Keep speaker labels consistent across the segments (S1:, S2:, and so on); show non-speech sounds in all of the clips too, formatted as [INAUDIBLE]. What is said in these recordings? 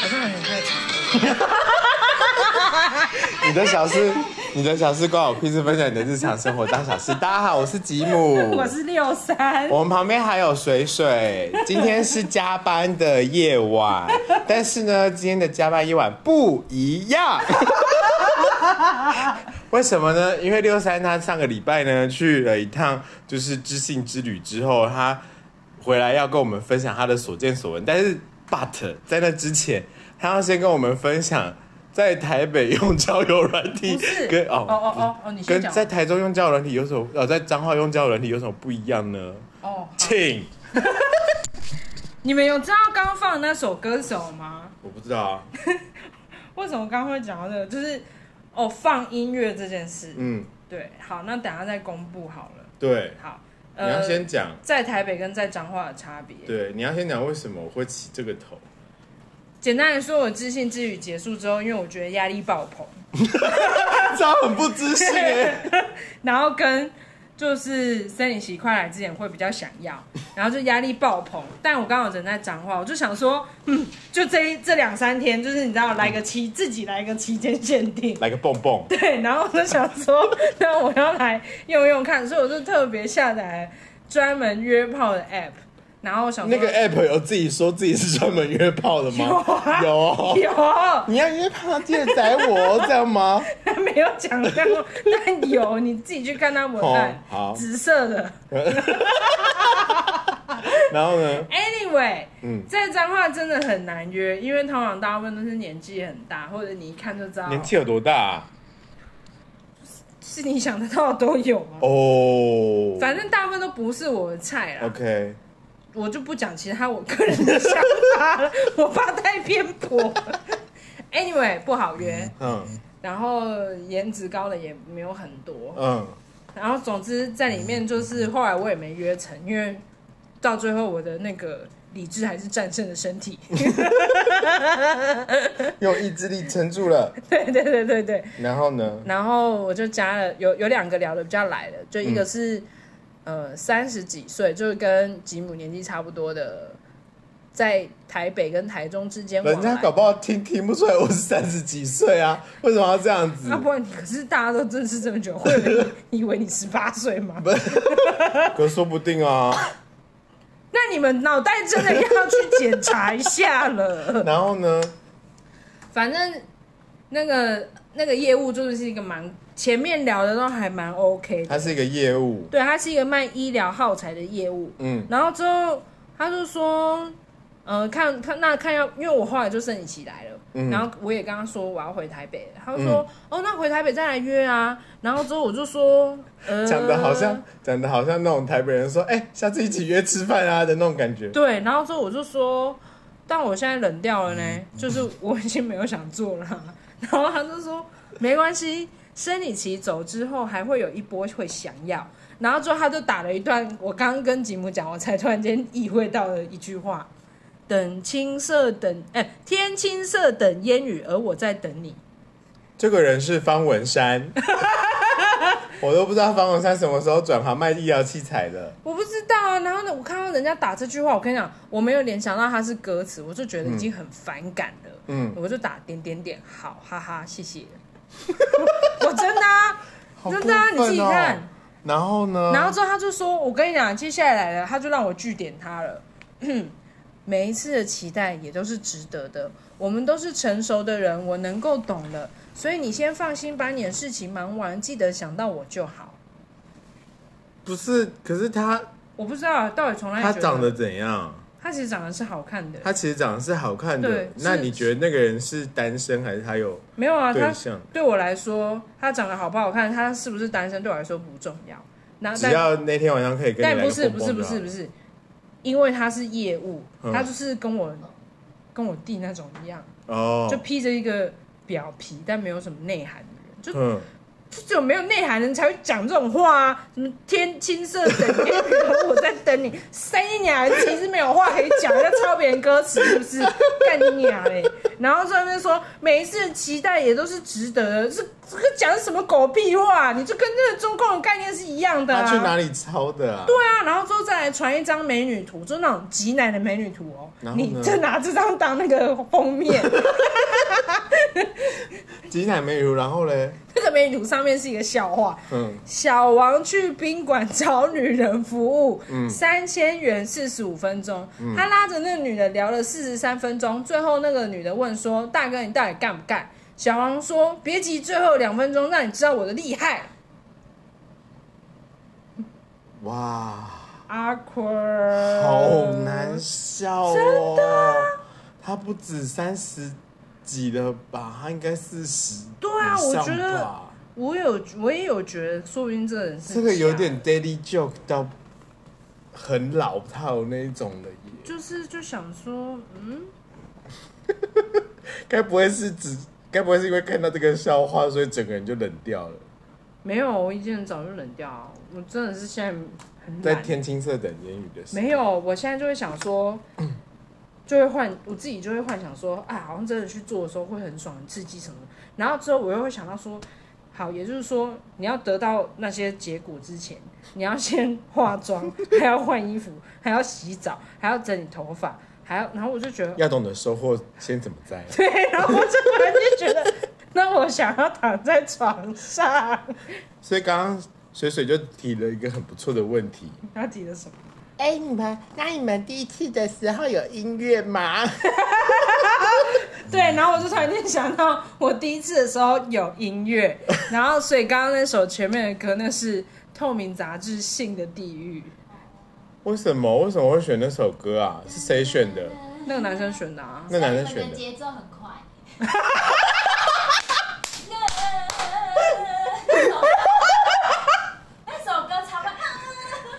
S1: 好像有点太长了。
S2: 你的小事，你的小事关我屁事，分享你的日常生活当小事。大家好，我是吉姆，
S3: 我是六三，
S2: [LAUGHS] 我们旁边还有水水，今天是加班的夜晚，但是呢，今天的加班夜晚不一样。 [LAUGHS] 为什么呢？因为六三他上个礼拜呢去了一趟就是知性之旅之后，他回来要跟我们分享他的所见所闻，但是 but 在那之前，他要先跟我们分享在台北用交友软体
S3: 不是
S2: 跟
S3: 哦哦哦哦，你先
S2: 跟
S3: 讲
S2: 在台中用交友软体有什么？呃，在彰化用交友软体有什么不一样呢？
S3: 哦。好
S2: 请，
S3: 你们有知道刚刚放的那首歌是什么吗？
S2: 我不知道啊。
S3: 为什么刚刚会讲到这个？就是哦，放音乐这件事。
S2: 嗯，
S3: 对，好，那等一下再公布好了。
S2: 对，
S3: 好，呃
S2: 你要先讲，
S3: 在台北跟在彰化的差别。
S2: 对，你要先讲为什么我会起这个头。
S3: 简单来说，我知性之旅结束之后，因为我觉得压力爆棚，
S2: 这样很不知性耶。
S3: 然后跟就是生理期快来之前会比较想
S2: [LAUGHS]
S3: 要，然后就压力爆棚。但我刚好人在彰化，我就想说，嗯，就这一这两三天，就是你知道来个期，自己来一个期间限
S2: [LAUGHS]
S3: 定。[LAUGHS]
S2: 来个蹦蹦，
S3: 对，然后我就想说， [LAUGHS] 那我要来用用看，所以我就特别下载专门约炮的 app，然后想说
S2: 那个 app 有自己说自己是专门约炮的吗？
S3: 有啊
S2: 有哦。
S3: [LAUGHS] 有，
S2: 你要约炮记得宰我哦，这样 [LAUGHS] 吗？
S3: 没有讲到，但有你自己去看他文案，
S2: 哦好
S3: 紫色的。
S2: 然后呢？
S3: Anyway，
S2: 嗯
S3: 在彰化真的很难约，因为通常大部分都是年纪很大，或者你一看就知道
S2: 年纪有多大啊、
S3: 是你想得到的都有啊。
S2: 哦，
S3: 反正大部分都不是我的菜啦
S2: OK，
S3: 我就不讲其他我个人的想法了，我怕太偏
S2: [LAUGHS]
S3: 颇。Anyway，不好约，
S2: 嗯
S3: 然后颜值高的也没有很多，
S2: 嗯，
S3: 然后总之在里面就是后来我也没约成，因为到最后我的那个理智还是战胜了
S2: [LAUGHS]
S3: 身体。
S2: 用意志力撑住了。
S3: 对对对对对，
S2: 然后 [LAUGHS] 呢？
S3: 然后我就加了有有两个聊得比较来的，就一个是、
S2: 嗯
S3: 呃三十几岁，就是跟吉姆年纪差不多的，在台北跟台中之间往
S2: 人
S3: 来，
S2: 家搞不好听听不出来我是三十几岁啊，为什么要这样子 [LAUGHS]
S3: 啊，？不然你可是大家都认识这么久，会以为你以为你十八
S2: [LAUGHS]
S3: 岁吗？
S2: 可说不定啊。
S3: 那你们脑袋真的要去检查一下了。 [LAUGHS]
S2: 然后呢？
S3: 反正那个那个业务就是一个蛮前面聊的都还蛮 OK 的，
S2: 它是一个业务，
S3: 对，它是一个卖医疗耗材的业务。
S2: 嗯，
S3: 然后之后他就说，呃，看看那看要，因为我后来就生理期来了，
S2: 嗯
S3: 然后我也跟他说我要回台北了，他就说、哦，那回台北再来约啊。然后之后我就说，呃，
S2: 讲的好像讲的好像那种台北人说，哎、下次一起约吃饭啊的那种感觉。
S3: 对，然后之后我就说，但我现在冷掉了呢，就是我已经没有想做了 [LAUGHS] 啊。然后他就说没关系，生理期走之后还会有一波会想要。然后之后他就打了一段，我刚刚跟吉姆讲，我才突然间意会到了一句话：等青色等，哎、天青色等烟雨，而我在等你。
S2: 这个人是方文
S3: [LAUGHS]
S2: 山，我都不知道方文山什么时候转行卖医疗器材的。
S3: 我不知道啊。然后呢，我看到人家打这句话，我跟你讲，我没有联想到它是歌词，我就觉得已经很反感了。
S2: 嗯
S3: 嗯，我就打点点点，好，哈哈，
S2: [LAUGHS]
S3: 谢谢。我真的啊，
S2: 好
S3: 真的
S2: 过
S3: 啊，你
S2: 分哦
S3: 自己看。。
S2: 然后呢？
S3: 然后之后他就说，我跟你讲，接下来了，他就让我据点他了。 [CLEARS THROAT] 每一次的期待也都是值得的，我们都是成熟的人，我能够懂了，所以你先放心把你的事情忙完，记得想到我就好。
S2: 不是，可是他
S3: 我不知道到底从哪里
S2: 他
S3: 觉
S2: 长得怎样？
S3: 他其实长得是好看的，
S2: 他其实长得是好看的
S3: 对。
S2: 那
S3: 是
S2: 你觉得那个人是单身还是他有？
S3: 没有啊，
S2: 对
S3: 他
S2: 象
S3: 对我来说，他长得好不好看，他是不是单身对我来说不重要。那
S2: 只
S3: 但
S2: 要那天晚上可以跟你
S3: 但
S2: 来
S3: 不
S2: 个
S3: 是
S2: 蹦蹦
S3: 不是不
S2: 就好
S3: 是不是，因为他是业务，
S2: 嗯
S3: 他就是跟我跟我弟那种一样，就
S2: 哦，
S3: 披着一个表皮但没有什么内涵的人，就
S2: 嗯，
S3: 就只有没有内涵的人才会讲这种话啊！什么天青色整天和我在等你，塞你娘的！其实没有话可以讲，要抄别人歌词是不是？干你娘嘞！然后上面说每一次的期待也都是值得的，这这个讲的什么狗屁话、你就跟这个中共的概念是一样的、啊。
S2: 他去哪里抄的啊？
S3: 对啊，然后之后再来传一张美女图，就那种挤奶的美女图
S2: 然
S3: 哦，
S2: 后呢
S3: 你就拿这张当那个封面。
S2: 挤奶没有，然后嘞，
S3: 这个美女图上面是一个笑话，
S2: 嗯，
S3: 小王去宾馆找女人服务，
S2: 嗯
S3: 三千元四十五分钟，他拉着那个女的聊了四十三分钟，最后那个女的问说：“大哥，你到底干不干？”小王说：“别急，最后两分钟让你知道我的厉害。
S2: 哇，”
S3: awkward，
S2: 好难笑哦。真的？
S3: 啊
S2: 他不止三十几了吧？他应该四十。
S3: 对啊我觉得我有，我也有觉得，说不定这个人是
S2: 这个有
S3: 假的，
S2: 点 daily joke 到很老套那一种了耶。
S3: 就是就想说，嗯，
S2: 该不会是只，该不会是因为看到这个笑话，所以整个人就冷掉了？
S3: 没有，我一见人早就冷掉啊，我真的是现在很懒
S2: 在天青色等言语的时候，
S3: 没有，我现在就会想说，就会幻我自己就会幻想说，啊，好像真的去做的时候会很爽、很刺激什么的。然后之后我又会想到说，好，也就是说，你要得到那些结果之前，你要先化妆， [LAUGHS] 还要换衣服，还要洗澡，还要整理头发，还要，然后我就觉得， [LAUGHS]
S2: 要懂得收获先怎么栽。
S3: 对，然后我就突然就觉得，那我想要躺在床上， [LAUGHS]
S2: 所以刚刚水水就提了一个很不错的问题，
S3: 他提的什么？
S2: 哎、你们那你们第一次的时候有音乐吗？
S3: 对，然后我就突然间想到，我第一次的时候有音乐， [LAUGHS] 然后所以刚刚那首前面的歌，那是《透明杂志性的地狱
S2: [LAUGHS] 为什么为什么会选那首歌啊？是谁选的？》，
S3: 那个男生选的啊。
S2: 那男生选的。
S4: 节奏很快。那首歌超快，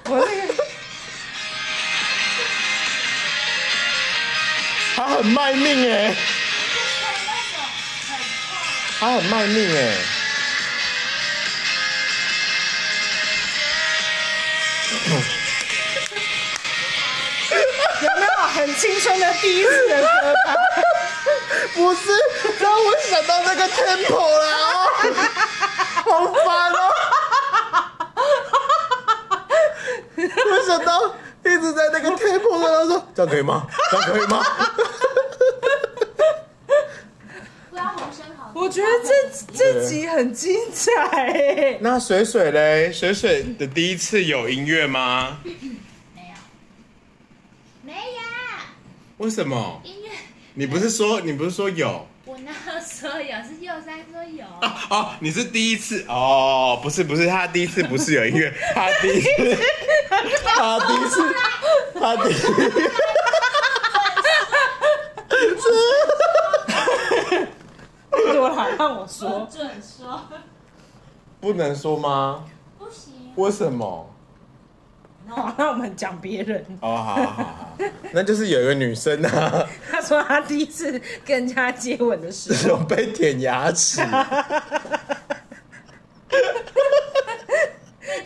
S3: 我那个
S2: 他很卖命哎、他很卖命哎、
S3: 有没有很青春的第一次的歌？
S2: 不是让我想到那个 temple 啦、好烦哦、我想到一直在那个 temple 上，他说这样可以吗？这样可以吗？ [LAUGHS]
S4: 不要红声好。
S3: 我觉得这这集很精彩、欸。
S2: 那水水嘞？水水的第一次有音乐吗？
S4: 没有，没有
S2: 为什么？
S4: 音乐，
S2: 你不是说你不是说有
S4: 我那说有是右三说有，
S2: 哦？你是第一次哦？不是不是，他第一次不是有音 [LAUGHS] 乐，他第一次，他第一次，他第一次。
S3: 多啦，让我说
S4: 不，准说，
S2: 不能说吗？
S4: 不行。
S2: 为什么？
S3: 好，那我们讲别人。
S2: 哦，好好好好，那就是有一个女生啊，
S3: 他说他第一次跟人家接吻的时候，
S2: 有被舔牙齿，
S4: 被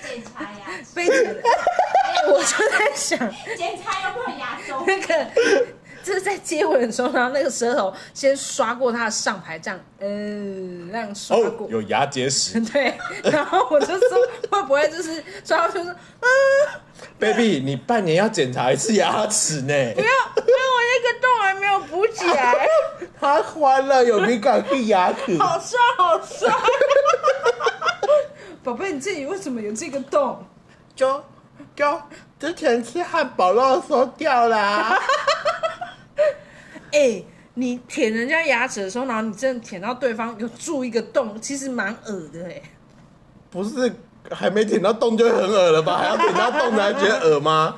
S4: 检查牙齿，
S3: 被剪 [LAUGHS] 了。哎、我就在想，
S4: 检查有没有牙周。
S3: 那个就是在接吻的时候，然后那个舌头先刷过他的上排，这样，嗯，那样
S2: [LAUGHS]
S3: 刷
S2: 哦
S3: 过，。
S2: 有牙结石
S3: 对，然后我就说会不会就是抓到就说，嗯，
S2: ，baby，你半年要检查一次牙齿呢。
S3: 不要，不要，我那个洞还没有补起来，
S2: 他欢了，有敏感性牙齿。
S3: 好刷，好刷。宝贝，你这里为什么有这个洞？
S2: 就就之前吃汉堡肉的时候掉啦、
S3: 哎、你舔人家牙齿的时候，然后你真的舔到对方有蛀一个洞，其实蛮恶的哎、
S2: 不是还没舔到洞就会很恶了
S3: [LAUGHS]
S2: 吧？还要舔到洞才觉得恶吗？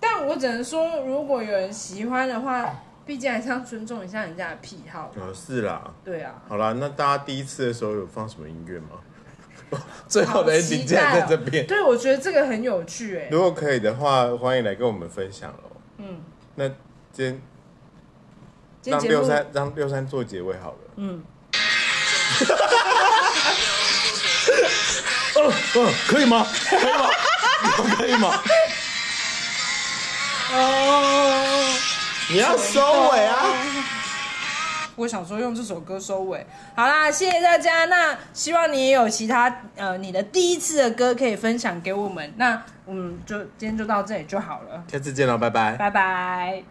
S3: 但我只能说，如果有人喜欢的话，毕竟还是要尊重一下人家的癖好。
S2: 哦，是啦。
S3: 对啊，
S2: 好啦，那大家第一次的时候有放什么音乐吗？ [LAUGHS] 最
S3: 好
S2: 好的
S3: 期
S2: ending 竟然
S3: 待
S2: 在
S3: 哦
S2: 这边。
S3: 对，我觉得这个很有趣哎、
S2: 如果可以的话，欢迎来跟我们分享喽。
S3: 嗯，
S2: 那今
S3: 今
S2: 天让
S3: 天节
S2: 六 [LAUGHS]
S3: 目
S2: 三让六三做结尾好了。
S3: 嗯，
S2: 嗯嗯，可以吗？可以吗？可以吗？ [LAUGHS]
S3: 哦，
S2: 你要收尾啊！
S3: 我想说用这首歌收尾。好啦，谢谢大家。那希望你也有其他呃你的第一次的歌可以分享给我们。那嗯，就今天就到这里就好了，
S2: 下次见喽，拜拜。
S3: 拜拜。